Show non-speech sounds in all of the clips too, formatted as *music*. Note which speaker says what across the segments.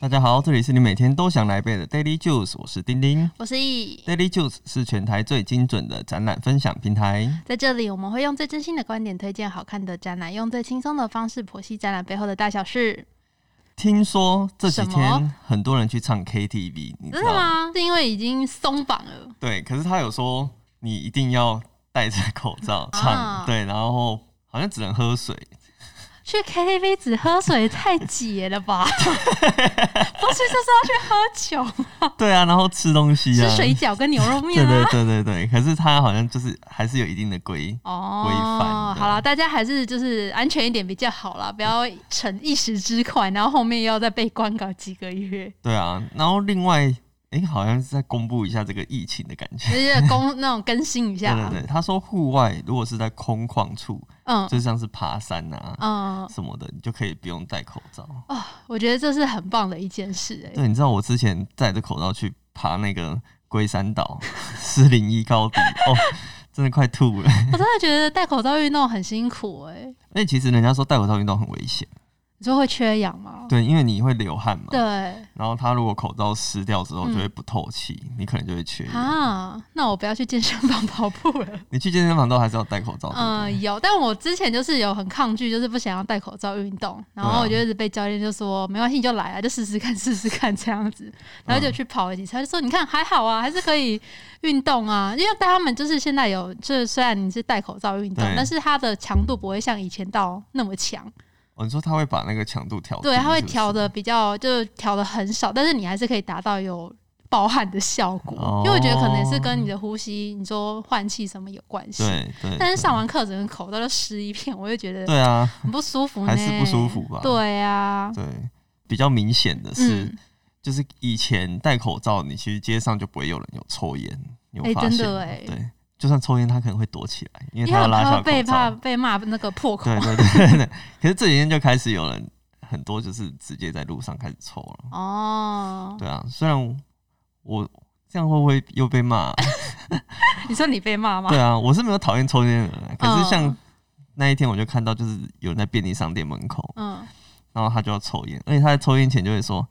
Speaker 1: 大家好，这里是你每天都想来背的 Daily Juice，我是丁丁。
Speaker 2: 我是易，
Speaker 1: Daily Juice 是全台最精准的展览分享平台。
Speaker 2: 在这里我们会用最真心的观点推荐好看的展览，用最轻松的方式剖析展览背后的大小事。
Speaker 1: 听说这几
Speaker 2: 什
Speaker 1: 天
Speaker 2: 么
Speaker 1: 很多人去唱 KTV，你知
Speaker 2: 真
Speaker 1: 道
Speaker 2: 的？吗？是因为已经松绑了，
Speaker 1: 对，可是他有说你一定要戴着口罩 *laughs* 唱，
Speaker 2: 啊
Speaker 1: 对，然后好像只能喝水，
Speaker 2: 去 KTV 只喝水太解了 *laughs* 吧？不是就是要去喝酒，
Speaker 1: 对啊，然后吃东西啊，
Speaker 2: 吃水饺跟牛肉面
Speaker 1: 对对
Speaker 2: 啊。
Speaker 1: 对对对，可是他好像就是还是有一定的规，规范
Speaker 2: 哦
Speaker 1: 的，
Speaker 2: 好啦，大家还是就是安全一点比较好啦，不要逞一时之快，然后后面又要再被关搞几个月。 *laughs*
Speaker 1: 对啊，然后另外，诶，好像是在公布一下这个疫情的感觉。
Speaker 2: 就是公那种更新一
Speaker 1: 对
Speaker 2: 下
Speaker 1: 对
Speaker 2: 啊，
Speaker 1: 对，他说户外如果是在空旷处，
Speaker 2: 嗯
Speaker 1: 就像是爬山啊、
Speaker 2: 嗯，哦
Speaker 1: 什么的，你就可以不用戴口罩。
Speaker 2: 我觉得这是很棒的一件事哎、
Speaker 1: 对，你知道我之前戴着口罩去爬那个龟山岛 *laughs* 四零一高地，哦，真的快吐了。 *laughs*
Speaker 2: 我真的觉得戴口罩运动很辛苦哎、
Speaker 1: 因为其实人家说戴口罩运动很危险，
Speaker 2: 你说会缺氧吗？
Speaker 1: 对，因为你会流汗嘛，
Speaker 2: 嗯对
Speaker 1: 然后它如果口罩湿掉之后
Speaker 2: 嗯
Speaker 1: 就会不透气，你可能就会缺氧。
Speaker 2: 啊，那我不要去健身房 *laughs* 跑步了。
Speaker 1: 你去健身房都还是要戴口罩，对不对
Speaker 2: 嗯，有，但我之前就是有很抗拒，就是不想要戴口罩运动，然
Speaker 1: 对啊
Speaker 2: 后我就一直被教练就说没关系，你就来啊，就试试看，试试看这样子，然
Speaker 1: 啊
Speaker 2: 后就去跑了几次，他就说你看还好啊，还是可以运动啊，因为他们就是现在有，就是虽然你是戴口罩运动
Speaker 1: 对，
Speaker 2: 但是它的强度不会像以前到那么强，
Speaker 1: 哦，你说他会把那个强度调低，
Speaker 2: 对，它会
Speaker 1: 是不是
Speaker 2: 调的比较，就是调的很少，但是你还是可以达到有暴汗的效果。因为我觉得可能也是跟你的呼吸，你说换气什么有关系。
Speaker 1: 对对，
Speaker 2: 但
Speaker 1: 对
Speaker 2: 是上完课整个口罩都湿一片，我就觉得
Speaker 1: 对啊，
Speaker 2: 很不舒服呢，
Speaker 1: 还是不舒服吧
Speaker 2: 对啊，
Speaker 1: 对，比较明显的是，
Speaker 2: 嗯，
Speaker 1: 就是以前戴口罩，你去街上就不会有人有抽烟，你有
Speaker 2: 哎
Speaker 1: 发现
Speaker 2: 真的
Speaker 1: 吗
Speaker 2: 哎
Speaker 1: 对，就算抽烟，他可能会躲起来，因为
Speaker 2: 因为
Speaker 1: 他要拉
Speaker 2: 怕
Speaker 1: 下
Speaker 2: 被
Speaker 1: 口
Speaker 2: 怕
Speaker 1: 罩。
Speaker 2: 被骂那个破口
Speaker 1: 对对对对对， *laughs* 可是这几天就开始有人很多，就是直接在路上开始抽了。
Speaker 2: 哦。
Speaker 1: 对啊，虽然我这样会不会又被骂
Speaker 2: *laughs*
Speaker 1: 啊、
Speaker 2: 你说你被骂吗
Speaker 1: 对？啊，我是没有讨厌抽烟的人啊，可是像
Speaker 2: 嗯
Speaker 1: 那一天我就看到，就是有人在便利商店门口，
Speaker 2: 嗯，
Speaker 1: 然后他就要抽烟，而且他在抽烟前就会说：“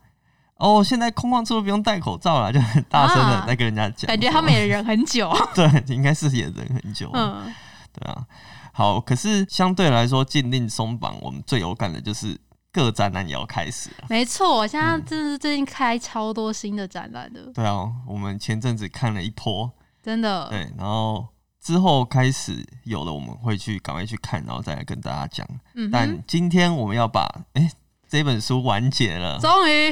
Speaker 1: 哦，现在空旷处不用戴口罩了。”就很大声的
Speaker 2: 啊
Speaker 1: 在跟人家讲、
Speaker 2: 感觉他们也忍很久。
Speaker 1: *laughs* 对，应该是也忍很久，
Speaker 2: 嗯，
Speaker 1: 对啊。好，可是相对来说，禁令松绑，我们最有感的就是各展览也要开始了。
Speaker 2: 没错，我现在
Speaker 1: 嗯
Speaker 2: 真的是最近开超多新的展览的，
Speaker 1: 对啊，我们前阵子看了一波，
Speaker 2: 真的。
Speaker 1: 对，然后之后开始有了，我们会去赶快去看，然后再来跟大家讲。
Speaker 2: 嗯哼。
Speaker 1: 但今天我们要把哎、这本书完结了，
Speaker 2: *laughs* 终于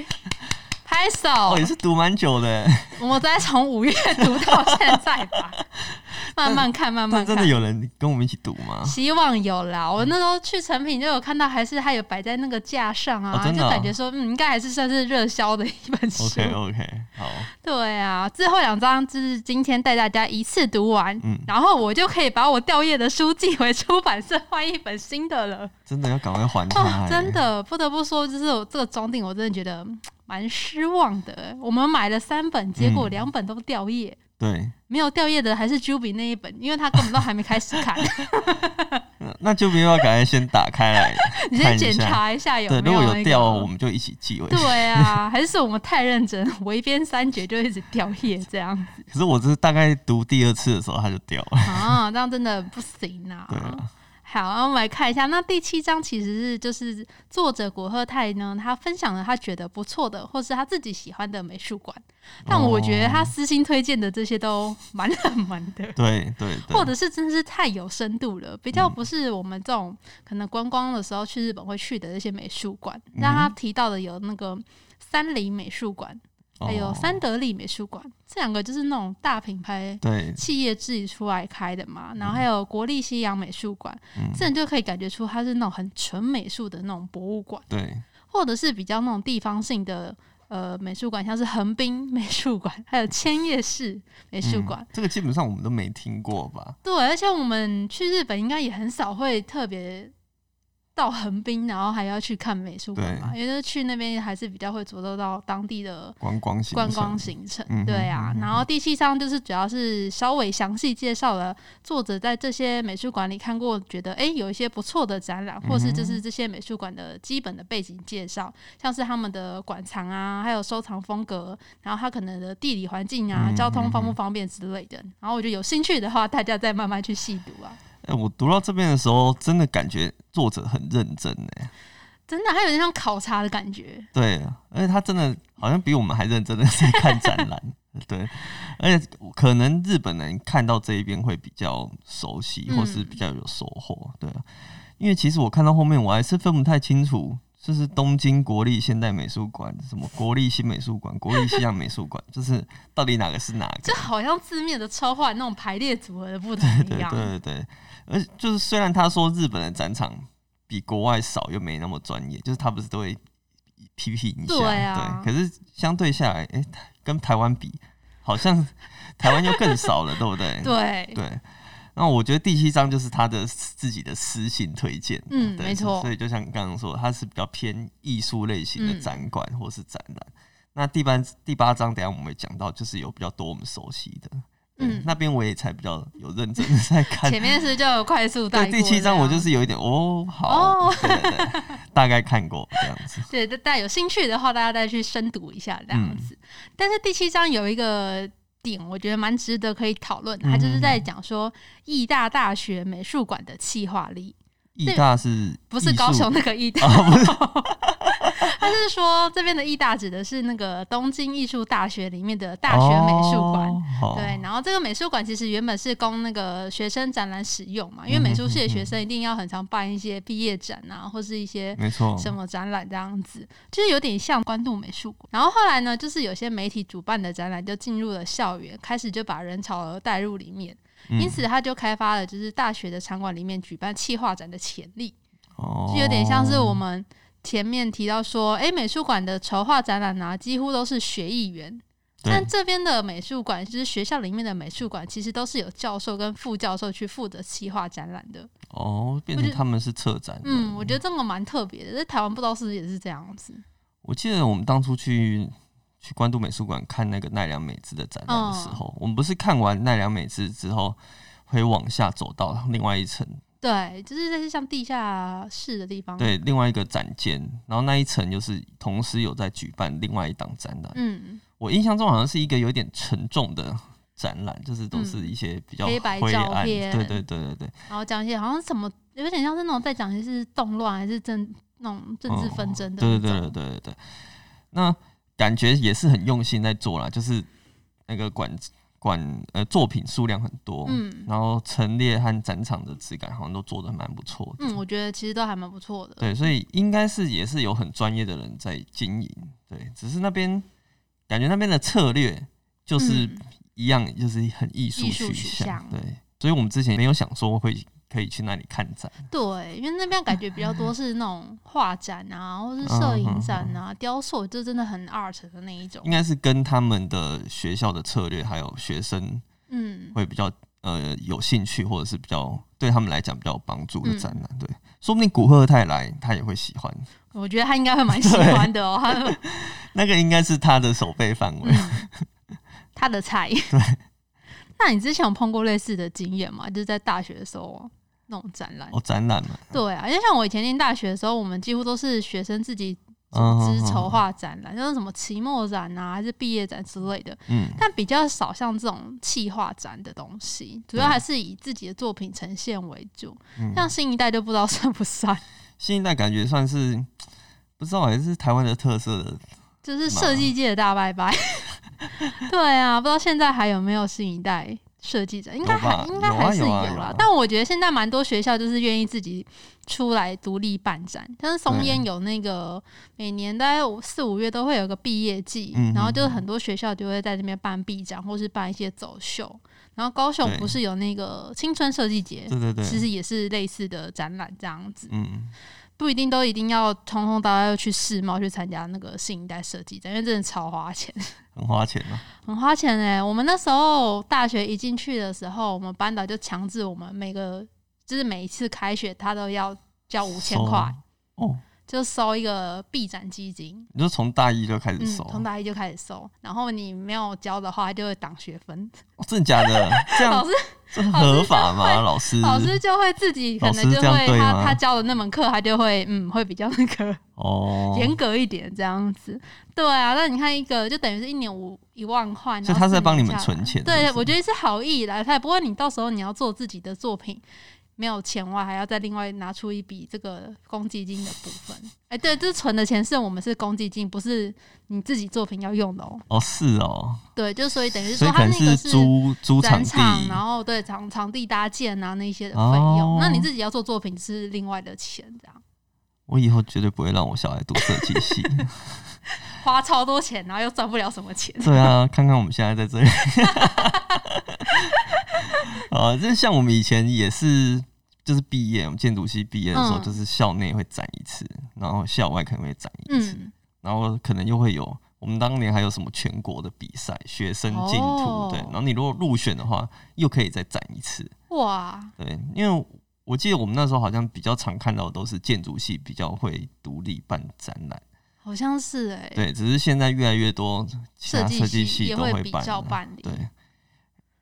Speaker 2: 拍手
Speaker 1: 哦，！也是读蛮久的。
Speaker 2: 我们再从五月读到现在
Speaker 1: *laughs*
Speaker 2: 吧，慢慢看，慢慢
Speaker 1: 但真的
Speaker 2: 看。
Speaker 1: 有啊人跟我们一起读吗？
Speaker 2: 希望有啦！我那时候去成品就有看到，还是它有摆在那个架上啊，
Speaker 1: 哦真的
Speaker 2: 就
Speaker 1: 哦
Speaker 2: 感觉说，嗯，应该还是算是热销的一本书。
Speaker 1: OK 哦 OK，好，
Speaker 2: 对啊，最后两章就是今天带大家一次读完，
Speaker 1: 嗯
Speaker 2: 然后我就可以把我掉页的书寄回出版社换一本新的了。
Speaker 1: *laughs* 真的要赶快还他、
Speaker 2: 哦，
Speaker 1: 欸
Speaker 2: 真的不得不说，就是我这个装订，我真的觉得嗯蛮失望的。我们买了三本，结
Speaker 1: 嗯
Speaker 2: 果两本都掉页，
Speaker 1: 对。
Speaker 2: 没有掉页的还是 Juby 那一本，因为他根本都还没开始
Speaker 1: *laughs*
Speaker 2: 看。 *laughs*
Speaker 1: 那嗯那就没有赶快先打开来
Speaker 2: *laughs* 你
Speaker 1: 看
Speaker 2: 先
Speaker 1: 一
Speaker 2: 检
Speaker 1: 下。
Speaker 2: 查一下有
Speaker 1: 对，
Speaker 2: 没
Speaker 1: 如果
Speaker 2: 有那
Speaker 1: 有
Speaker 2: 个。
Speaker 1: 掉，我们就一起寄回去。
Speaker 2: 对啊， *laughs* 还是我们太认真，围边三绝就一直掉页这样子
Speaker 1: 可是我这大概读第二次的时候，它就掉了。
Speaker 2: 啊，这样真的不行啊
Speaker 1: 对。啊，
Speaker 2: 好，那我们来看一下，那第七章其实是就是作者古贺泰呢，他分享了他觉得不错的，或是他自己喜欢的美术馆。但我觉得他私心推荐的这些都蛮冷门的，
Speaker 1: 哦 *laughs* 对对
Speaker 2: 或
Speaker 1: 对，
Speaker 2: 者是真的是太有深度了，比
Speaker 1: 嗯
Speaker 2: 较不是我们这种可能观光的时候去日本会去的这些美术馆。
Speaker 1: 嗯
Speaker 2: 那他提到的有那个三菱美术馆，还有
Speaker 1: 哦
Speaker 2: 哎三得利美术馆，这两个就是那种大品牌
Speaker 1: 对
Speaker 2: 企业自己出来开的嘛，然后还有国立西洋美术馆，
Speaker 1: 嗯
Speaker 2: 这你就可以感觉出它是那种很纯美术的那种博物馆，
Speaker 1: 对
Speaker 2: 或者是比较那种地方性的呃美术馆，像是横滨美术馆，还有千叶市美术馆。
Speaker 1: 嗯这个基本上我们都没听过吧？
Speaker 2: 对，而且我们去日本应该也很少会特别到横滨，然后还要去看美术馆
Speaker 1: 对
Speaker 2: 嘛，因为去那边还是比较会着重到当地的
Speaker 1: 观光型
Speaker 2: 观光行程，
Speaker 1: 嗯哼
Speaker 2: 对啊
Speaker 1: 嗯。哼
Speaker 2: 然后第七章就是主要是稍微详细介绍了作者在这些美术馆里看过，觉得诶有一些不错的展览，或
Speaker 1: 嗯
Speaker 2: 是就是这些美术馆的基本的背景介绍，像是他们的馆藏啊，还有收藏风格，然后它可能的地理环境啊、
Speaker 1: 嗯
Speaker 2: 交通方不方便之类的。然后我觉得有兴趣的话，大家再慢慢去细读啊。
Speaker 1: 哎、我读到这边的时候，真的感觉作者很认真哎、
Speaker 2: 真的，还有点像考察的感觉。
Speaker 1: 对，而且他真的好像比我们还认真的在看展览， *laughs* 对，而且可能日本人看到这一边会比较熟悉，
Speaker 2: 嗯
Speaker 1: 或是比较有收获，对啊，因为其实我看到后面我还是分不太清楚，就是东京国立现代美术馆、什么国立新美术馆、国立西洋美术馆，就是到底哪个是哪个
Speaker 2: 就？好像字面的抽换那种排列组合的不同
Speaker 1: *laughs* 对
Speaker 2: 一样，
Speaker 1: 对对对，而且就是虽然他说日本的展场比国外少，又没那么专业，就是他不是都会批评一下，
Speaker 2: 对啊
Speaker 1: 对可是相对下来，哎、台跟台湾比，好像台湾又更少了，对不
Speaker 2: *laughs*
Speaker 1: 对？
Speaker 2: 对
Speaker 1: 对。那我觉得第七章就是他的自己的私信推荐，
Speaker 2: 嗯
Speaker 1: 对
Speaker 2: 没错
Speaker 1: 所以就像刚刚说的，它是比较偏艺术类型的
Speaker 2: 嗯
Speaker 1: 展馆或是展览。那第八第八章，等一下我们会讲到，就是有比较多我们熟悉的，嗯
Speaker 2: 嗯，
Speaker 1: 那边我也才比较有认真的在看。
Speaker 2: 前面是就有快速带
Speaker 1: 对
Speaker 2: 过
Speaker 1: 第七章，我就
Speaker 2: 这样
Speaker 1: 是有一点哦，好，
Speaker 2: 哦
Speaker 1: 对对对，
Speaker 2: *laughs*
Speaker 1: 大概看过这样子。
Speaker 2: 对，大家有兴趣的话，大家再去深读一下这样
Speaker 1: 嗯
Speaker 2: 子。但是第七章有一个点，我觉得蛮值得可以讨论的，它
Speaker 1: 嗯
Speaker 2: 就是在讲说义大大学美术馆的企划力。
Speaker 1: 艺大是
Speaker 2: 不是
Speaker 1: 艺术哦
Speaker 2: 高雄那个艺大， *laughs* 他是说这边的艺大指的是那个东京艺术大学里面的大学美术馆，
Speaker 1: 哦好
Speaker 2: 对，然后这个美术馆其实原本是供那个学生展览使用嘛，因为
Speaker 1: 嗯
Speaker 2: 美
Speaker 1: 哼
Speaker 2: 术系的
Speaker 1: 嗯
Speaker 2: 学
Speaker 1: 哼
Speaker 2: 生一定要很常办一些毕业展啊，或是一些
Speaker 1: 没错，
Speaker 2: 什么展览这样子，就是有点像关渡美术馆。然后后来呢，就是有些媒体主办的展览就进入了校园，开始就把人潮带入里面，
Speaker 1: 嗯
Speaker 2: 因此他就开发了就是大学的场馆里面举办企划展的潜力。
Speaker 1: 哦
Speaker 2: 就有点像是我们前面提到说，诶，美术馆的筹划展览啊，几乎都是学艺员。
Speaker 1: 对
Speaker 2: 但这边的美术馆，就是学校里面的美术馆，其实都是有教授跟副教授去负责企划展览的。
Speaker 1: 哦，变
Speaker 2: 我
Speaker 1: 成
Speaker 2: 觉得
Speaker 1: 他们是策展人。
Speaker 2: 嗯，我觉得这个蛮特别的，在台湾不知道是不是也是这样子。
Speaker 1: 我记得我们当初去去关渡美术馆看那个奈良美智的展览的时
Speaker 2: 哦
Speaker 1: 候，我们不是看完奈良美智之后，会往下走到另外一层，
Speaker 2: 对，就是类似像地下室的地方。，
Speaker 1: 对，另外一个展间，然后那一层就是同时有在举办另外一档展览。
Speaker 2: 嗯，
Speaker 1: 我印象中好像是一个有点沉重的展览，就是都是一些比较
Speaker 2: 嗯黑白
Speaker 1: 灰
Speaker 2: 照
Speaker 1: 暗，
Speaker 2: 片
Speaker 1: 对对对对对，
Speaker 2: 然后讲一些好像什么，有点像是那种在讲一些是动乱还是政那种政治纷争的那
Speaker 1: 哦对
Speaker 2: 种。
Speaker 1: 对对对对对对。那感觉也是很用心在做啦，就是那个馆馆呃作品数量很多，
Speaker 2: 嗯
Speaker 1: 然后陈列和展场的质感好像都做的蛮不错的，
Speaker 2: 嗯，我觉得其实都还蛮不错的。
Speaker 1: 对，所以应该是也是有很专业的人在经营，对，只是那边感觉那边的策略就是
Speaker 2: 嗯
Speaker 1: 一样，就是很艺术
Speaker 2: 艺术
Speaker 1: 取
Speaker 2: 取向
Speaker 1: 对，所以我们之前没有想说会可以去那里看展，
Speaker 2: 对，因为那边感觉比较多是那种画展啊，或是
Speaker 1: 嗯
Speaker 2: 摄影展啊、雕塑，就真的很 art 的那一种
Speaker 1: 应。该是跟他们的学校的策略还有学生
Speaker 2: 嗯，
Speaker 1: 会比较呃有兴趣，或者是比较对他们来讲比较有帮助的
Speaker 2: 嗯
Speaker 1: 展览，对，说不定古贺泰来他也会喜欢，
Speaker 2: 我觉得他应该会蛮喜欢的哦，他
Speaker 1: *laughs* 那个应该是他的手背范围。
Speaker 2: 嗯他的菜。 *laughs* 那你之前有碰过类似的经验吗？就是在大学的时候那种展览？
Speaker 1: 哦，展览
Speaker 2: *laughs*
Speaker 1: 嘛，
Speaker 2: 对啊，因为像我以前念大学的时候，我们几乎都是学生自己
Speaker 1: 嗯
Speaker 2: 组织筹，划展览，像是什么期末展啊，还是毕业展之类的。
Speaker 1: 嗯，
Speaker 2: 但比较少像这种企划展的东西，主要还是以自己的作品呈现为主。
Speaker 1: 嗯
Speaker 2: 像新一代就不知道 *laughs* 算不算，
Speaker 1: 新一代感觉算是不知道还是台湾的特色的，
Speaker 2: 就是设计界的大拜拜。 *laughs* 对啊，不知道现在还有没有新一代设计展，应该
Speaker 1: 有吧
Speaker 2: 还应该还是
Speaker 1: 有啊有啊有
Speaker 2: 啦
Speaker 1: 啊。
Speaker 2: 但我觉得现在蛮多学校就是愿意自己出来独立办展，像是松
Speaker 1: 嗯
Speaker 2: 烟有那个每年大概五四五月都会有个毕业季，
Speaker 1: 嗯
Speaker 2: 然后就是
Speaker 1: 嗯
Speaker 2: 很多学校就会在这边办毕展或是办一些走秀。然后高雄
Speaker 1: 对
Speaker 2: 不是有那个青春设计节，
Speaker 1: 对对对，
Speaker 2: 其实也呃是类似的展览这样子。
Speaker 1: 嗯，
Speaker 2: 不一定都一定要通通大家要去世贸去参加那个新一代设计展，因为真的超花钱， *laughs*
Speaker 1: 很花钱啊，
Speaker 2: 很花钱哎、我们那时候大学一进去的时候，我们班导就强制我们每个就是每一次开学他都要交五千块，
Speaker 1: 哦，
Speaker 2: 就收一个闭展基金。
Speaker 1: 你就从大一就开始
Speaker 2: 嗯，
Speaker 1: 收，啊
Speaker 2: 从大一就开始收，然后你没有交的话，就会挡学分。
Speaker 1: 哦真的假
Speaker 2: *laughs*
Speaker 1: 的？这
Speaker 2: 老
Speaker 1: 样
Speaker 2: 师
Speaker 1: 这合法吗？老师，
Speaker 2: 老师就会自己可
Speaker 1: 老
Speaker 2: 能
Speaker 1: 师
Speaker 2: 就
Speaker 1: 这样
Speaker 2: 会
Speaker 1: 对
Speaker 2: 他
Speaker 1: 吗
Speaker 2: 他教的那门课，他就会嗯会比较那个
Speaker 1: 哦，
Speaker 2: 严格一点这样子。对啊，那你看一个就等于是一年五一万块，
Speaker 1: 所以
Speaker 2: 然后
Speaker 1: 他是在
Speaker 2: 四年
Speaker 1: 帮你们
Speaker 2: 下来
Speaker 1: 存钱是，
Speaker 2: 对
Speaker 1: 不是
Speaker 2: 我觉得是好意啦，他也不过你到时候你要做自己的作品。没有钱外，还要再另外拿出一笔这个公积金的部分。哎、对，这存的钱是我们是公积金，不是你自己作品要用的哦。
Speaker 1: 哦是哦，
Speaker 2: 对，就所以等于是
Speaker 1: 所以
Speaker 2: 说
Speaker 1: 可
Speaker 2: 他
Speaker 1: 能
Speaker 2: 那个是
Speaker 1: 租租
Speaker 2: 展
Speaker 1: 地，
Speaker 2: 然后对场场地搭建啊那一些的费用，
Speaker 1: 哦
Speaker 2: 那你自己要做作品是另外的钱，这样
Speaker 1: 我以后绝对不会让我小孩读设计系。 *laughs*
Speaker 2: 花超多钱，然后又赚不了什么钱。
Speaker 1: 对啊，看看我们现在在这里。 *laughs* 啊，就像我们以前也是，就是毕业，我们建筑系毕业的时候，
Speaker 2: 嗯
Speaker 1: 就是校内会展一次，然后校外可能会展一次，
Speaker 2: 嗯，
Speaker 1: 然后可能又会有。我们当年还有什么全国的比赛，学生竞图、
Speaker 2: 哦
Speaker 1: 对，然后你如果入选的话，又可以再展一次，
Speaker 2: 哇，
Speaker 1: 对，因为我记得我们那时候好像比较常看到的都是建筑系比较会独立办展览，
Speaker 2: 好像是哎、
Speaker 1: 对，只是现在越来越多其
Speaker 2: 设
Speaker 1: 他设计
Speaker 2: 计系
Speaker 1: 系
Speaker 2: 也
Speaker 1: 都
Speaker 2: 比
Speaker 1: 办
Speaker 2: 较
Speaker 1: 了，
Speaker 2: 办理
Speaker 1: 对，，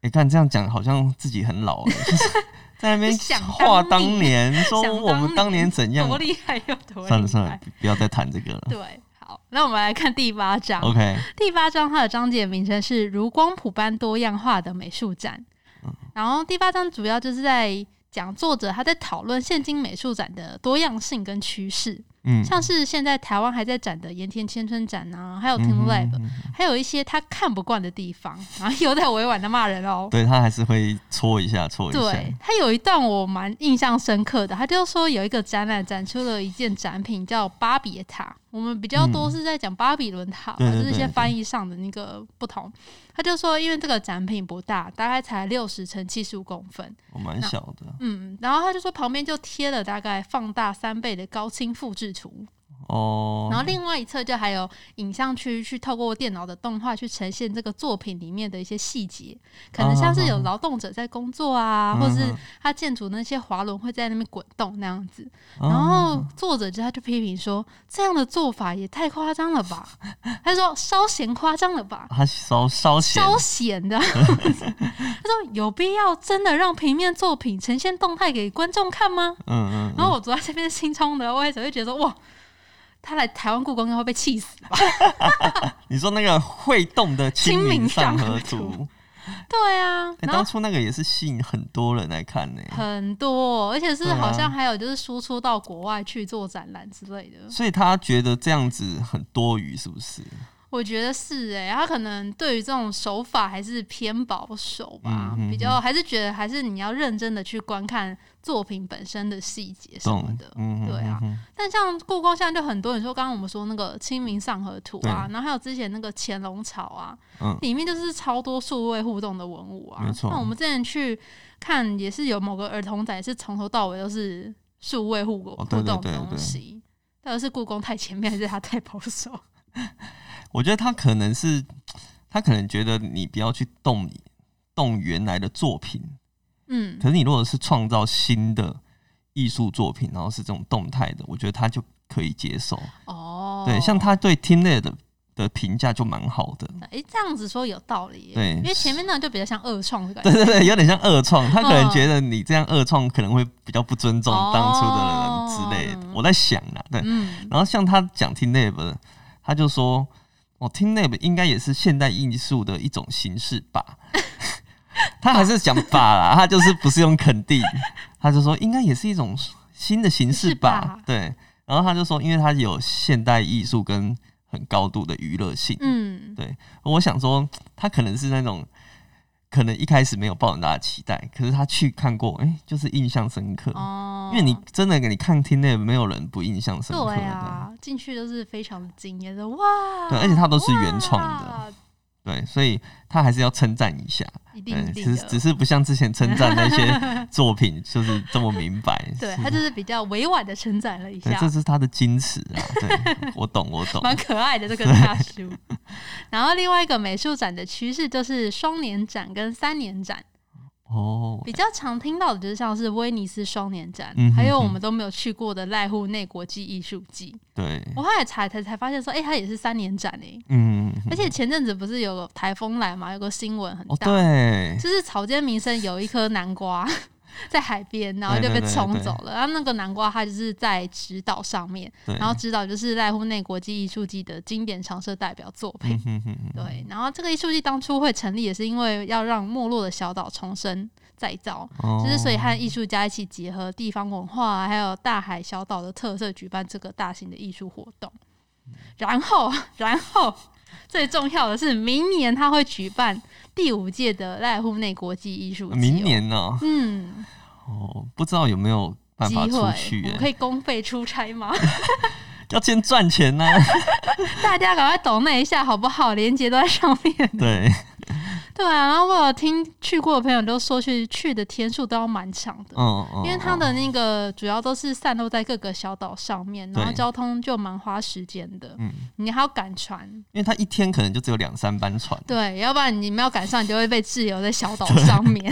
Speaker 1: 你、看这样讲好像自己很老了，就是
Speaker 2: *laughs*
Speaker 1: 在那边
Speaker 2: 就想
Speaker 1: 话
Speaker 2: 当
Speaker 1: 当年，说
Speaker 2: 想
Speaker 1: 我们当年怎样
Speaker 2: 多。厉害又多厉害。
Speaker 1: 算了算了，不不要再谈这个了。
Speaker 2: 对，啊好，那我们来看第八章。
Speaker 1: OK，
Speaker 2: *laughs* 第八章它的章节名称是“如光谱般多样化的美术展”，
Speaker 1: 嗯
Speaker 2: 然后第八章主要就是在讲作者他在讨论现今美术展的多样性跟趋势，
Speaker 1: 嗯，
Speaker 2: 像是现在台湾还在展的盐田千春展啊，还有
Speaker 1: 嗯
Speaker 2: Team
Speaker 1: 哼
Speaker 2: Lab，、
Speaker 1: 嗯
Speaker 2: 还有一些他看不惯的地方，然后又在委婉的骂人哦。
Speaker 1: 对他还是会搓一下搓一下。
Speaker 2: 对他有一段我蛮印象深刻的，他就说有一个展览展出了一件展品叫巴别塔，我们比较多是在讲巴比伦塔吧，
Speaker 1: 对对
Speaker 2: 就是一
Speaker 1: 对
Speaker 2: 些
Speaker 1: 对
Speaker 2: 翻译上的那个不同。他就说，因为这个展品不大，大概才六十乘七十五公分，
Speaker 1: 我蛮小的
Speaker 2: 嗯，然后他就说旁边就贴了大概放大三倍的高清复制图，
Speaker 1: 哦
Speaker 2: 然。后另外一侧就还有影像区，去透过电脑的动画去呈现这个作品里面的一些细节，可能像是
Speaker 1: 啊
Speaker 2: 有劳动者在工作啊，
Speaker 1: 嗯
Speaker 2: 或是他建筑那些滑轮会在那边滚动那样子。
Speaker 1: 然
Speaker 2: 然后作者就他就批评说，这样的做法也太夸张
Speaker 1: *laughs*
Speaker 2: 了吧？他说稍嫌夸张了吧？
Speaker 1: 他烧烧钱，
Speaker 2: 稍显的， *laughs* 他说有必要真的让平面作品呈现动态给观众看吗？
Speaker 1: 嗯嗯
Speaker 2: 然后我走在这边心中的，我也只会觉得说哇，他来台湾故宫应该会被气死
Speaker 1: *laughs*
Speaker 2: 吧？
Speaker 1: 嗯，你说那个会动的
Speaker 2: 清明
Speaker 1: 上
Speaker 2: 上河
Speaker 1: 河
Speaker 2: 图
Speaker 1: 图，
Speaker 2: 对啊，
Speaker 1: 哎，
Speaker 2: 然
Speaker 1: 当
Speaker 2: 后
Speaker 1: 初那个也是吸引很多人来看呢，
Speaker 2: 很多，而且是
Speaker 1: 对啊
Speaker 2: 好像还有就是输出到国外去做展览之类的，
Speaker 1: 所以他觉得这样子很多余，是不是？
Speaker 2: 我觉得是哎、他可能对于这种手法还是偏保守吧，
Speaker 1: 嗯嗯嗯
Speaker 2: 比较还是觉得还是你要认真的去观看作品本身的细节什么
Speaker 1: 懂
Speaker 2: 的，
Speaker 1: 嗯
Speaker 2: 对啊，
Speaker 1: 嗯嗯
Speaker 2: 但像故宫现在就很多，你说刚刚我们说那个《清明上河图》啊，然后还有之前那个乾隆朝啊，
Speaker 1: 嗯
Speaker 2: 里面就是超多数位互动的文物啊。
Speaker 1: 没错
Speaker 2: 那我们之前去看也是有某个儿童展，也是从头到尾都是数位互
Speaker 1: 哦
Speaker 2: 互
Speaker 1: 对对
Speaker 2: 动的
Speaker 1: 对对
Speaker 2: 东西。到底是故宫太前面，还是他太保
Speaker 1: *laughs*
Speaker 2: 守？
Speaker 1: 我觉得他可能是，他可能觉得你不要去动动原来的作品，
Speaker 2: 嗯，
Speaker 1: 可是你如果是创造新的艺术作品，然后是这种动态的，我觉得他就可以接受。
Speaker 2: 哦，
Speaker 1: 对，像他对 Team Lab 的的评价就蛮好的。
Speaker 2: 哎、这样子说有道理耶。
Speaker 1: 对
Speaker 2: 因为前面那就比较像二创的感
Speaker 1: *laughs*
Speaker 2: 觉
Speaker 1: 对。对对，有点像二创，他可能
Speaker 2: 嗯
Speaker 1: 觉得你这样二创可能会比较不尊重当初的人之类的。
Speaker 2: 哦
Speaker 1: 我在想啦，对，
Speaker 2: 嗯，
Speaker 1: 然后像他讲 Team Lab，的他就说，哦，Team Lab 应该也是现代艺术的一种形式吧。 *laughs* 他还是讲吧啦，他就是不是用肯定，他就说应该也是一种新的形式吧。
Speaker 2: 是吧
Speaker 1: 对，然后他就说，因为它有现代艺术跟很高度的娱乐性。
Speaker 2: 嗯，
Speaker 1: 我想说，他可能是那种。可能一开始没有抱很大的期待，可是他去看过，哎、就是印象深刻。
Speaker 2: 哦，
Speaker 1: 嗯因为你真的你看 Team Lab 没有人不印象深刻的。
Speaker 2: 对啊，进去都是非常的惊艳的哇！
Speaker 1: 对而且它都是原创的
Speaker 2: 哇，
Speaker 1: 对，所以他还是要称赞一下，
Speaker 2: 一定
Speaker 1: 对，
Speaker 2: 一
Speaker 1: 只
Speaker 2: 定
Speaker 1: 是只
Speaker 2: 的。
Speaker 1: 是不像之前称赞那些
Speaker 2: *laughs*
Speaker 1: 作品就是这么明白，
Speaker 2: 对，
Speaker 1: 是
Speaker 2: 他就是比较委婉的称赞了一
Speaker 1: 对，
Speaker 2: 下
Speaker 1: 这，是他的矜持啊，
Speaker 2: *laughs*
Speaker 1: 对，我懂，我懂，
Speaker 2: 蛮可爱的这个大
Speaker 1: *laughs*
Speaker 2: 叔。然后另外一个美术展的趋势就是双年展跟三年展。
Speaker 1: 哦，
Speaker 2: 比较常听到的就是像是威尼斯双年展，
Speaker 1: 嗯哼
Speaker 2: 还有我
Speaker 1: 哼
Speaker 2: 们都没有去过的濑户内国际艺术季。
Speaker 1: 对，
Speaker 2: 我后来查才才发现说，哎、它也是三年展哎、
Speaker 1: 嗯，
Speaker 2: 而且前阵子不是有台风来嘛，有个新闻很
Speaker 1: 哦，
Speaker 2: 大，
Speaker 1: 对，
Speaker 2: 就是草间弥生有一颗南瓜 *laughs* 在海边，然后就
Speaker 1: 对
Speaker 2: 被
Speaker 1: 对对
Speaker 2: 冲
Speaker 1: 对
Speaker 2: 走了。然后那个南瓜它就是在直岛上面，
Speaker 1: 对，
Speaker 2: 然后直岛就是濑户内国际艺术季的经典常设代表作品。
Speaker 1: 嗯哼哼哼，
Speaker 2: 对，然后这个艺术季当初会成立，也是因为要让没落的小岛重生再造，
Speaker 1: 哦
Speaker 2: 就是所以和艺术家一起结合地方文化啊、还有大海小岛的特色，举办这个大型的艺术活动。
Speaker 1: 嗯
Speaker 2: *laughs* 然后，然后最重要的是，明年他会举办第五届的濑户内国际艺术节哦。
Speaker 1: 啊明年呢、
Speaker 2: 嗯，
Speaker 1: 哦，不知道有没有办
Speaker 2: 机
Speaker 1: 法
Speaker 2: 会
Speaker 1: 出去、
Speaker 2: 我们可
Speaker 1: 欸，
Speaker 2: 以公费出差吗？ *laughs*
Speaker 1: 要先赚钱呢、
Speaker 2: 大家赶快抖那一下好不好？链接都在上面。
Speaker 1: 对，
Speaker 2: 对啊，然后我有听去过的朋友都说去去的天数都要蛮长的，
Speaker 1: 嗯嗯，
Speaker 2: 因为它的那个主要都是散落在各个小岛上面，然后
Speaker 1: 哦对
Speaker 2: 交通就蛮花时间的，
Speaker 1: 嗯，
Speaker 2: 你还要赶船。
Speaker 1: 因为他一天可能就只有两三班船， *laughs*
Speaker 2: 对，要不然你没有赶上，你就会被滞留在小岛上面。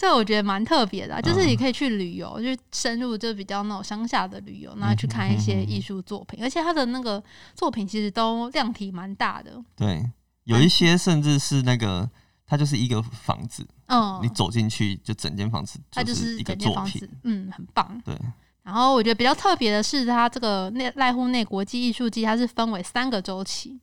Speaker 2: 这我觉得蛮特别的
Speaker 1: 嗯
Speaker 2: 啊、就是你可以去旅游，就深入就比较那种乡下的旅游，然后去看
Speaker 1: 嗯
Speaker 2: 一些艺术作品，而且它的那个作品其实都量体蛮大的。
Speaker 1: 对，有一些甚至是那个，它就是一个房子，
Speaker 2: 嗯，
Speaker 1: 你走进去就整间房子
Speaker 2: 它就是是
Speaker 1: 一个
Speaker 2: 整间
Speaker 1: 作
Speaker 2: 房
Speaker 1: 品
Speaker 2: 子，，嗯，很棒。
Speaker 1: 对，
Speaker 2: 然后我觉得比较特别的是，它这个内濑户内国际艺术季，它是分为三个周期，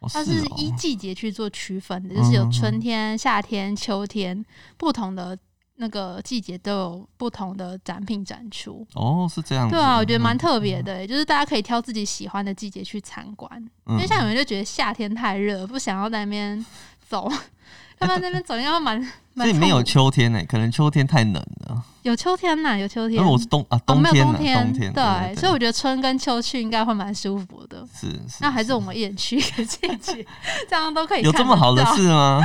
Speaker 1: 哦
Speaker 2: 它
Speaker 1: 是
Speaker 2: 是
Speaker 1: 哦
Speaker 2: 依季节去做区分的，就是有
Speaker 1: 嗯
Speaker 2: 春天、夏天、秋天，不同的那个季节都有不同的展品展出。
Speaker 1: 哦是这样子，
Speaker 2: 对啊，我觉得蛮
Speaker 1: 嗯
Speaker 2: 特别的、就是大家可以挑自己喜欢的季节去参观。
Speaker 1: 嗯，
Speaker 2: 因为像
Speaker 1: 嗯
Speaker 2: 有人就觉得夏天太热，不想要在那边走， *laughs* 要不然在那边走应该会蛮 *laughs*
Speaker 1: 所
Speaker 2: 蛮
Speaker 1: 以没有
Speaker 2: 痛苦
Speaker 1: 秋天呢、可能秋天太冷了，
Speaker 2: 有秋天呐、有秋
Speaker 1: 因
Speaker 2: 天。
Speaker 1: 为我是冬啊
Speaker 2: 哦，
Speaker 1: 冬
Speaker 2: 没有
Speaker 1: 天呢、
Speaker 2: 冬天，
Speaker 1: 冬天
Speaker 2: 对，所
Speaker 1: 对
Speaker 2: 以我觉得春跟秋去应该会蛮舒服的。
Speaker 1: 是是，
Speaker 2: 那还是我们一人去一个季节， *laughs* 这样都可以
Speaker 1: 有
Speaker 2: 看
Speaker 1: 这么
Speaker 2: 得
Speaker 1: 好的
Speaker 2: 到？
Speaker 1: 事吗？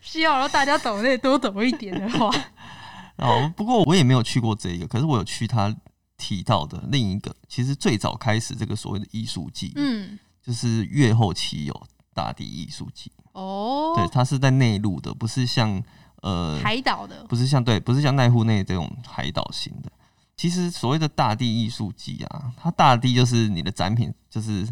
Speaker 2: 需要让大家懂得多懂一点的
Speaker 1: *laughs*
Speaker 2: 话，
Speaker 1: 哦，不过我也没有去过这一个，可是我有去他提到的另一个。其实最早开始这个所谓的艺术季，
Speaker 2: 嗯，
Speaker 1: 就是越后期有大地艺术季，对，
Speaker 2: 哦，
Speaker 1: 它是在内陆的，不是像呃，
Speaker 2: 海岛的，
Speaker 1: 不是像对，不是像奈户内这种海岛型的。其实所谓的大地艺术季啊，它大地就是你的展品就是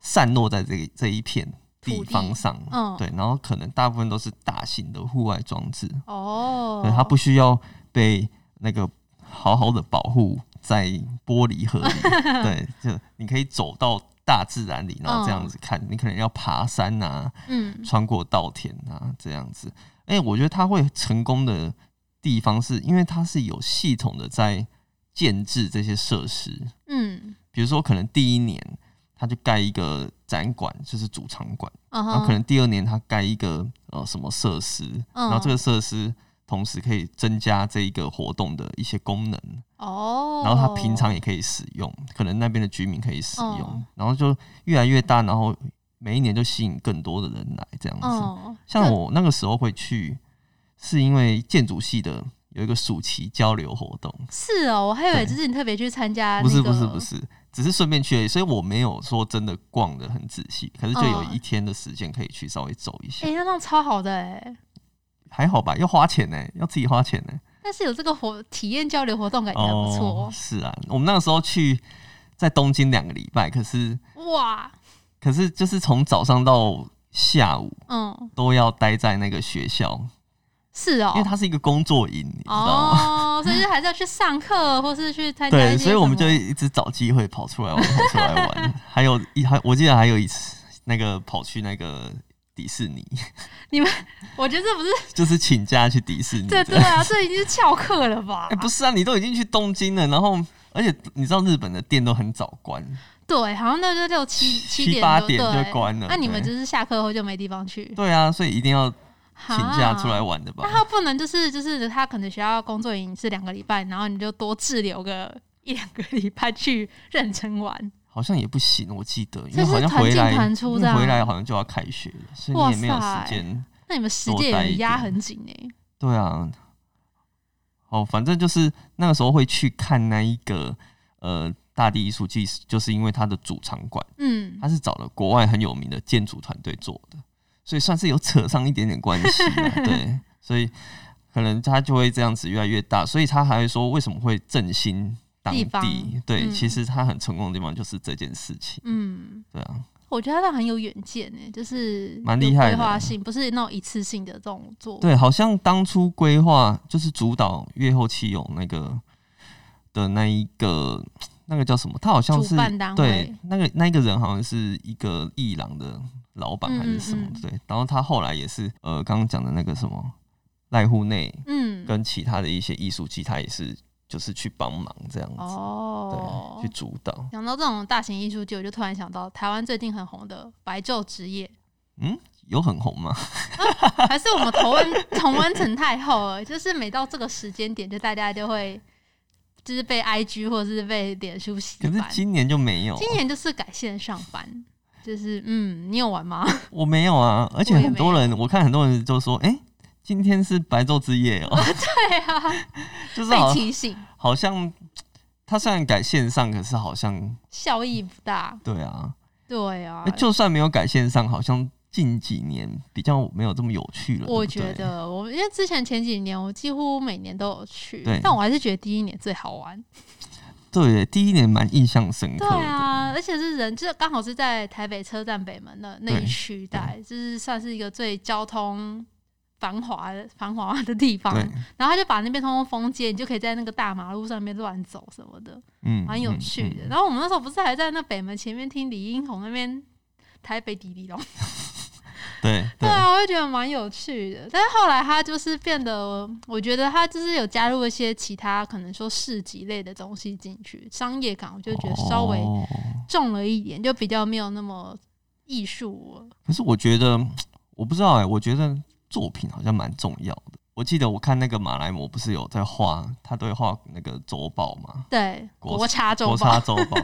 Speaker 1: 散落在这这一片地
Speaker 2: 土地
Speaker 1: 方上，
Speaker 2: 嗯
Speaker 1: 对，然后可能大部分都是大型的户外装置，
Speaker 2: 哦，
Speaker 1: 对，它不需要被那个好好的保护在玻璃盒里。对，就你可以走到大自然里，然后这样子看。你可能要爬山啊，
Speaker 2: 嗯，
Speaker 1: 穿过稻田啊，这样子。哎、我觉得它会成功的地方是，因为它是有系统的在建制这些设施。
Speaker 2: 嗯，
Speaker 1: 比如说，可能第一年它就盖一个展馆，就是主场馆。
Speaker 2: 嗯
Speaker 1: 然后
Speaker 2: 哼，
Speaker 1: 可能第二年它盖一个呃什么设施，
Speaker 2: 嗯
Speaker 1: 然后这个设施同时可以增加这一个活动的一些功能，
Speaker 2: 哦，
Speaker 1: 然后它平常也可以使用，可能那边的居民可以使用，
Speaker 2: 嗯
Speaker 1: 然后就越来越大，然后每一年就吸引更多的人来这样子。
Speaker 2: 嗯，
Speaker 1: 像我那个时候会去，是因为建筑系的有一个暑期交流活动，
Speaker 2: 是哦，我还以为
Speaker 1: 对
Speaker 2: 就是你特别去参加，
Speaker 1: 不是不是不，是，只是顺便去而已，所以我没有说真的逛的很仔细，可是就有
Speaker 2: 嗯
Speaker 1: 一天的时间可以去稍微走一下。
Speaker 2: 哎，那样超好的哎，
Speaker 1: 还好吧，要花钱呢、要自己花钱呢、
Speaker 2: 但是有这个活体验交流活动，感觉还哎不错，哦
Speaker 1: 是啊，我们那个时候去在东京两个礼拜，可是
Speaker 2: 哇，
Speaker 1: 可是就是从早上到下午
Speaker 2: 嗯，
Speaker 1: 都要待在那个学校，
Speaker 2: 是哦，
Speaker 1: 因为它是一个工作营，你知道吗？
Speaker 2: 哦， *laughs* 所以就还是要去上课，或是去参加一
Speaker 1: *laughs* 对，
Speaker 2: 些
Speaker 1: 所以我们
Speaker 2: 什
Speaker 1: 就
Speaker 2: 么
Speaker 1: 一直找机会跑出来玩，跑出来
Speaker 2: *laughs*
Speaker 1: 玩。还有一还我记得还有一次，那个跑去那个迪士尼， *laughs*
Speaker 2: 我觉得这不是
Speaker 1: 就是请假去迪士尼这
Speaker 2: 这
Speaker 1: 样。
Speaker 2: 对啊，这已经是翘课了吧？
Speaker 1: *laughs* 哎、不是啊，你都已经去东京了，然后而且你知道日本的店都很早关，
Speaker 2: 对，好像那就六七
Speaker 1: 七
Speaker 2: 点
Speaker 1: 八
Speaker 2: 多
Speaker 1: 点
Speaker 2: 对
Speaker 1: 就关了
Speaker 2: 那你们
Speaker 1: 对
Speaker 2: 就是下课后就没地方去，
Speaker 1: 对啊，所以一定要请假出来
Speaker 2: 哈。
Speaker 1: 玩的吧
Speaker 2: 那？他不能就是就是他可能学校工作营是两个礼拜，然后你就多滞留个一两个礼拜去认真玩。
Speaker 1: 好像也不行，我记得，因为
Speaker 2: 所以是
Speaker 1: 好像回来
Speaker 2: 团进团出
Speaker 1: 因
Speaker 2: 这
Speaker 1: 为
Speaker 2: 样
Speaker 1: 回来好像就要开学了，所以
Speaker 2: 哇
Speaker 1: 你也
Speaker 2: 塞
Speaker 1: 没有时间。
Speaker 2: 那你们时
Speaker 1: 多
Speaker 2: 间
Speaker 1: 待
Speaker 2: 也
Speaker 1: 一
Speaker 2: 压
Speaker 1: 点
Speaker 2: 很紧哎、
Speaker 1: 对啊，哦，反正就是那个时候会去看那一个呃大地艺术季，就是因为它的主场馆，
Speaker 2: 嗯，
Speaker 1: 它是找了国外很有名的
Speaker 2: *laughs*
Speaker 1: 建筑团队做的，所以算是有扯上一点点关系、啊。对，所以可能它就会这样子越来越大，所以他还会说为什么会振兴当
Speaker 2: 地方
Speaker 1: 地？对，
Speaker 2: 嗯
Speaker 1: 其实他很成功的地方就是这件事情，
Speaker 2: 嗯，
Speaker 1: 对啊，
Speaker 2: 我觉得他很有远见呢，就是
Speaker 1: 蛮厉害的
Speaker 2: 有规划性，不是那种一次性的这种做。
Speaker 1: 对，好像当初规划就是主导月后期有那个的那一个那个叫什么？他好像
Speaker 2: 主
Speaker 1: 是
Speaker 2: 办单
Speaker 1: 对
Speaker 2: 位，
Speaker 1: 那个那一个人好像是一个伊朗的老板还是什么
Speaker 2: 嗯嗯嗯
Speaker 1: 对，然后他后来也是呃刚刚讲的那个什么赖户内
Speaker 2: 嗯，
Speaker 1: 跟其他的一些艺术季，他也是就是去帮忙这样子，
Speaker 2: 哦
Speaker 1: 对，，去主导。
Speaker 2: 讲到这种大型艺术节，我就突然想到台湾最近很红的白昼之夜，
Speaker 1: 嗯，有很红
Speaker 2: *laughs*
Speaker 1: 吗？
Speaker 2: 还是我们同温同温层太厚了，就是每到这个时间点，就大家就会就是被 IG 或者是被脸书洗
Speaker 1: 可是
Speaker 2: 版。
Speaker 1: 今年就没有，
Speaker 2: 今年就是改线上班，就是嗯，你有玩吗？
Speaker 1: 我没有啊。而且
Speaker 2: 我也没有
Speaker 1: 很多人，我看很多人就说，哎、今天是白昼之夜哦、
Speaker 2: 对啊，
Speaker 1: 就是好
Speaker 2: *laughs* 被提醒，
Speaker 1: 好像他虽然改线上，可是好像
Speaker 2: 效益不大。
Speaker 1: 对啊，
Speaker 2: 对啊
Speaker 1: 诶，就算没有改线上，好像近几年比较没有这么有趣了。
Speaker 2: 我
Speaker 1: 对不
Speaker 2: 觉
Speaker 1: 对
Speaker 2: 得我因为之前前几年我几乎每年都有去
Speaker 1: 对，
Speaker 2: 但我还是觉得第一年最好玩。
Speaker 1: 对，第一年蛮印象深刻
Speaker 2: 对
Speaker 1: 的。
Speaker 2: 啊，而且是人，就是刚好是在台北车站北门的那
Speaker 1: 对
Speaker 2: 一区带，就是算是一个最交通繁华的繁华的地方。
Speaker 1: 对
Speaker 2: 然后他就把那边通通封街，你就可以在那个大马路上面乱走什么的，
Speaker 1: 嗯，
Speaker 2: 蛮有
Speaker 1: 嗯
Speaker 2: 趣的。
Speaker 1: 嗯
Speaker 2: 然后我们那时候不是还在那北门前面听李英红那边台北迪迪龙，
Speaker 1: 对
Speaker 2: 对
Speaker 1: 对
Speaker 2: 啊，我也觉得蛮有趣的。但是后来他就是变得，我觉得他就是有加入一些其他可能说市集类的东西进去，商业感我就觉得稍微
Speaker 1: 哦
Speaker 2: 重了一点，就比较没有那么艺术了。
Speaker 1: 可是我觉得，我不知道哎、我觉得作品好像蛮重要的。我记得我看那个马来模不是有在画，他都会画那个周报嘛，
Speaker 2: 对，
Speaker 1: 国
Speaker 2: 国差
Speaker 1: 国
Speaker 2: 中
Speaker 1: 差
Speaker 2: 吧？
Speaker 1: 周报，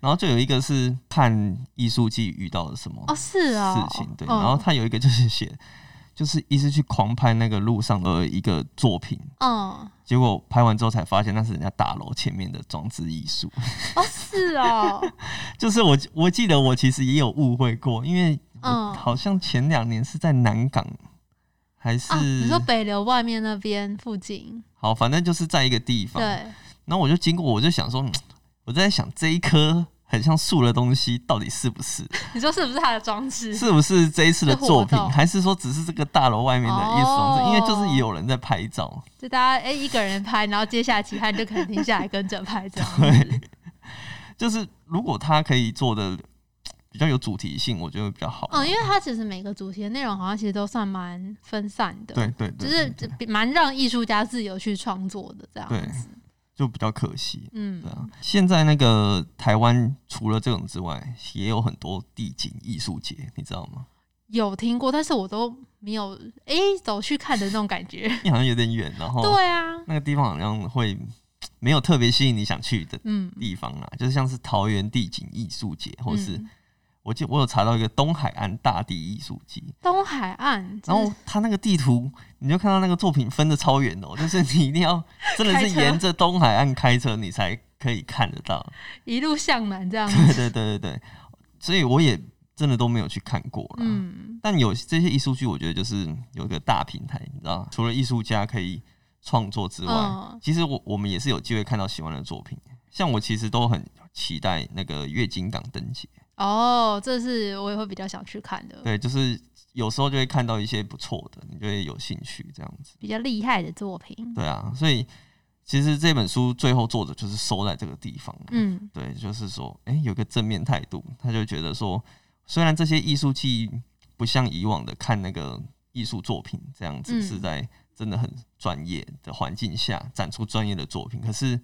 Speaker 1: 然后就有一个是看艺术季遇到了什么
Speaker 2: 哦，是啊、
Speaker 1: 事
Speaker 2: 哦，
Speaker 1: 情，对，
Speaker 2: 嗯
Speaker 1: 然后他有一个就是写，就是一直去狂拍那个路上的一个作品，
Speaker 2: 嗯，
Speaker 1: 结果拍完之后才发现那是人家大楼前面的装置艺术。 *laughs*
Speaker 2: 哦，是哦，
Speaker 1: 就是我我记得我其实也有误会过，因为我
Speaker 2: 嗯
Speaker 1: 好像前两年是在南港，还是、
Speaker 2: 啊，你说北流外面那边附近？
Speaker 1: 好，反正就是在一个地方。
Speaker 2: 对，
Speaker 1: 然后我就经过，我就想说，嗯我在想这一棵很像树的东西到底是不是，
Speaker 2: 你说是不是他的装置？
Speaker 1: 是不是这一次的
Speaker 2: 是活
Speaker 1: 作品，
Speaker 2: 动
Speaker 1: 还是说只是这个大楼外面的艺术装置？因为就是
Speaker 2: 哦
Speaker 1: 也有人在拍照，
Speaker 2: 就大家哎、一个人拍，然后接下来其他人就可能停下来跟着拍这样子。
Speaker 1: 对， *laughs* 就是如果他可以做的比较有主题性，我觉得会比较好。
Speaker 2: 嗯，因为它其实每个主题的内容好像其实都算蛮分散的，
Speaker 1: 对对对，
Speaker 2: 就是
Speaker 1: 对
Speaker 2: 比蛮让艺术家自由去创作的这样
Speaker 1: 对
Speaker 2: 子。
Speaker 1: 就比较可惜。
Speaker 2: 嗯
Speaker 1: 对，啊，现在那个台湾除了这种之外，也有很多地景艺术节，你知道吗？
Speaker 2: 有听过，但是我都没有哎、走去看的那种感
Speaker 1: *laughs*
Speaker 2: 觉。
Speaker 1: 因为好像有点远，然后
Speaker 2: 对啊，
Speaker 1: 那个地方好像会没有特别吸引你想去的
Speaker 2: 嗯，
Speaker 1: 地方啊，就是像是桃园地景艺术节，或哦是、
Speaker 2: 嗯
Speaker 1: 我记我有查到一个东海岸大地艺术节，
Speaker 2: 东海岸，
Speaker 1: 然
Speaker 2: 就
Speaker 1: 后
Speaker 2: 是
Speaker 1: 它那个地图你就看到那个作品分的超远哦，就是你一定要真的
Speaker 2: 开
Speaker 1: 是
Speaker 2: 车
Speaker 1: 沿着东海岸开车，你才可以看得到。
Speaker 2: 一路向
Speaker 1: *laughs*
Speaker 2: 南这样子。
Speaker 1: 对对对对对，所以我也真的都没有去看过了。
Speaker 2: 嗯，
Speaker 1: 但有这些艺术剧，我觉得就是有一个大平台，你知道吗，除了艺术家可以创作之外，
Speaker 2: 嗯
Speaker 1: 其实我我们也是有机会看到喜欢的作品。像我其实都很期待那个月经港灯节，
Speaker 2: 哦，这是我也会比较想去看的，
Speaker 1: 对，就是有时候就会看到一些不错的，你就会有兴趣这样子。
Speaker 2: 比较厉害的作品。
Speaker 1: 对啊，所以其实这本书最后作者就是收在这个地方，
Speaker 2: 嗯
Speaker 1: 对，就是说，哎、有个正面态度，他就觉得说，虽然这些艺术季不像以往的看那个艺术作品这样子，
Speaker 2: 嗯
Speaker 1: 是在真的很专业的环境下展出专业的作
Speaker 2: 嗯
Speaker 1: 品，可是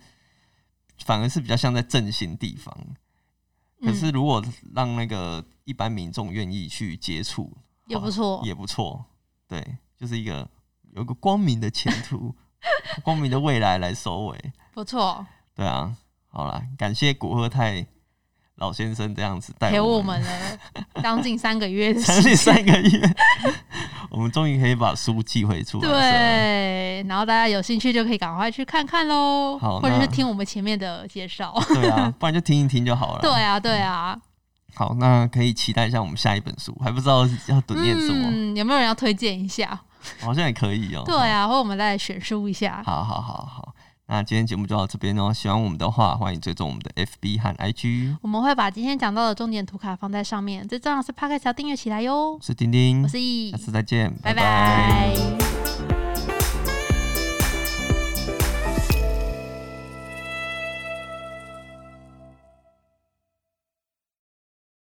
Speaker 1: 反而是比较像在振兴地方。可
Speaker 2: 嗯，
Speaker 1: 是如果让那个一般民众愿意去接触，
Speaker 2: 也不错。
Speaker 1: 也不错，对，就是一个有一个光明的前
Speaker 2: *laughs*
Speaker 1: 途、光明的未来来收尾。
Speaker 2: 不错，
Speaker 1: 对啊，好啦，感谢古贺泰老先生这样子带
Speaker 2: 陪我
Speaker 1: 我
Speaker 2: 们了
Speaker 1: *laughs*
Speaker 2: 将近三个月的
Speaker 1: 将
Speaker 2: 时
Speaker 1: 近
Speaker 2: 间。
Speaker 1: 三个月， *laughs* 我们终于可以把书寄回出来了。
Speaker 2: 对，然后大家有兴趣就可以赶快去看看喽，
Speaker 1: 好
Speaker 2: 或者
Speaker 1: 那
Speaker 2: 是听我们前面的介绍。
Speaker 1: 对啊，不然就听一听就好了。
Speaker 2: *laughs* 对，啊，对啊，
Speaker 1: 好，那可以期待一下我们下一本书，还不知道要等念什么。
Speaker 2: 嗯嗯，有没有人要推荐一下？
Speaker 1: 好像也可以哦、
Speaker 2: 对啊，或者我们再来选书一下。
Speaker 1: 好好好好，那今天节目就到这边哦。喜欢我们的话，欢迎追踪我们的 FB 和 IG。
Speaker 2: 我们会把今天讲到的重点图卡放在上面，最重要的是 p o d c a s 要订阅起来哟
Speaker 1: 我。是丁丁
Speaker 2: 我，是易
Speaker 1: 下，次再见，
Speaker 2: 拜拜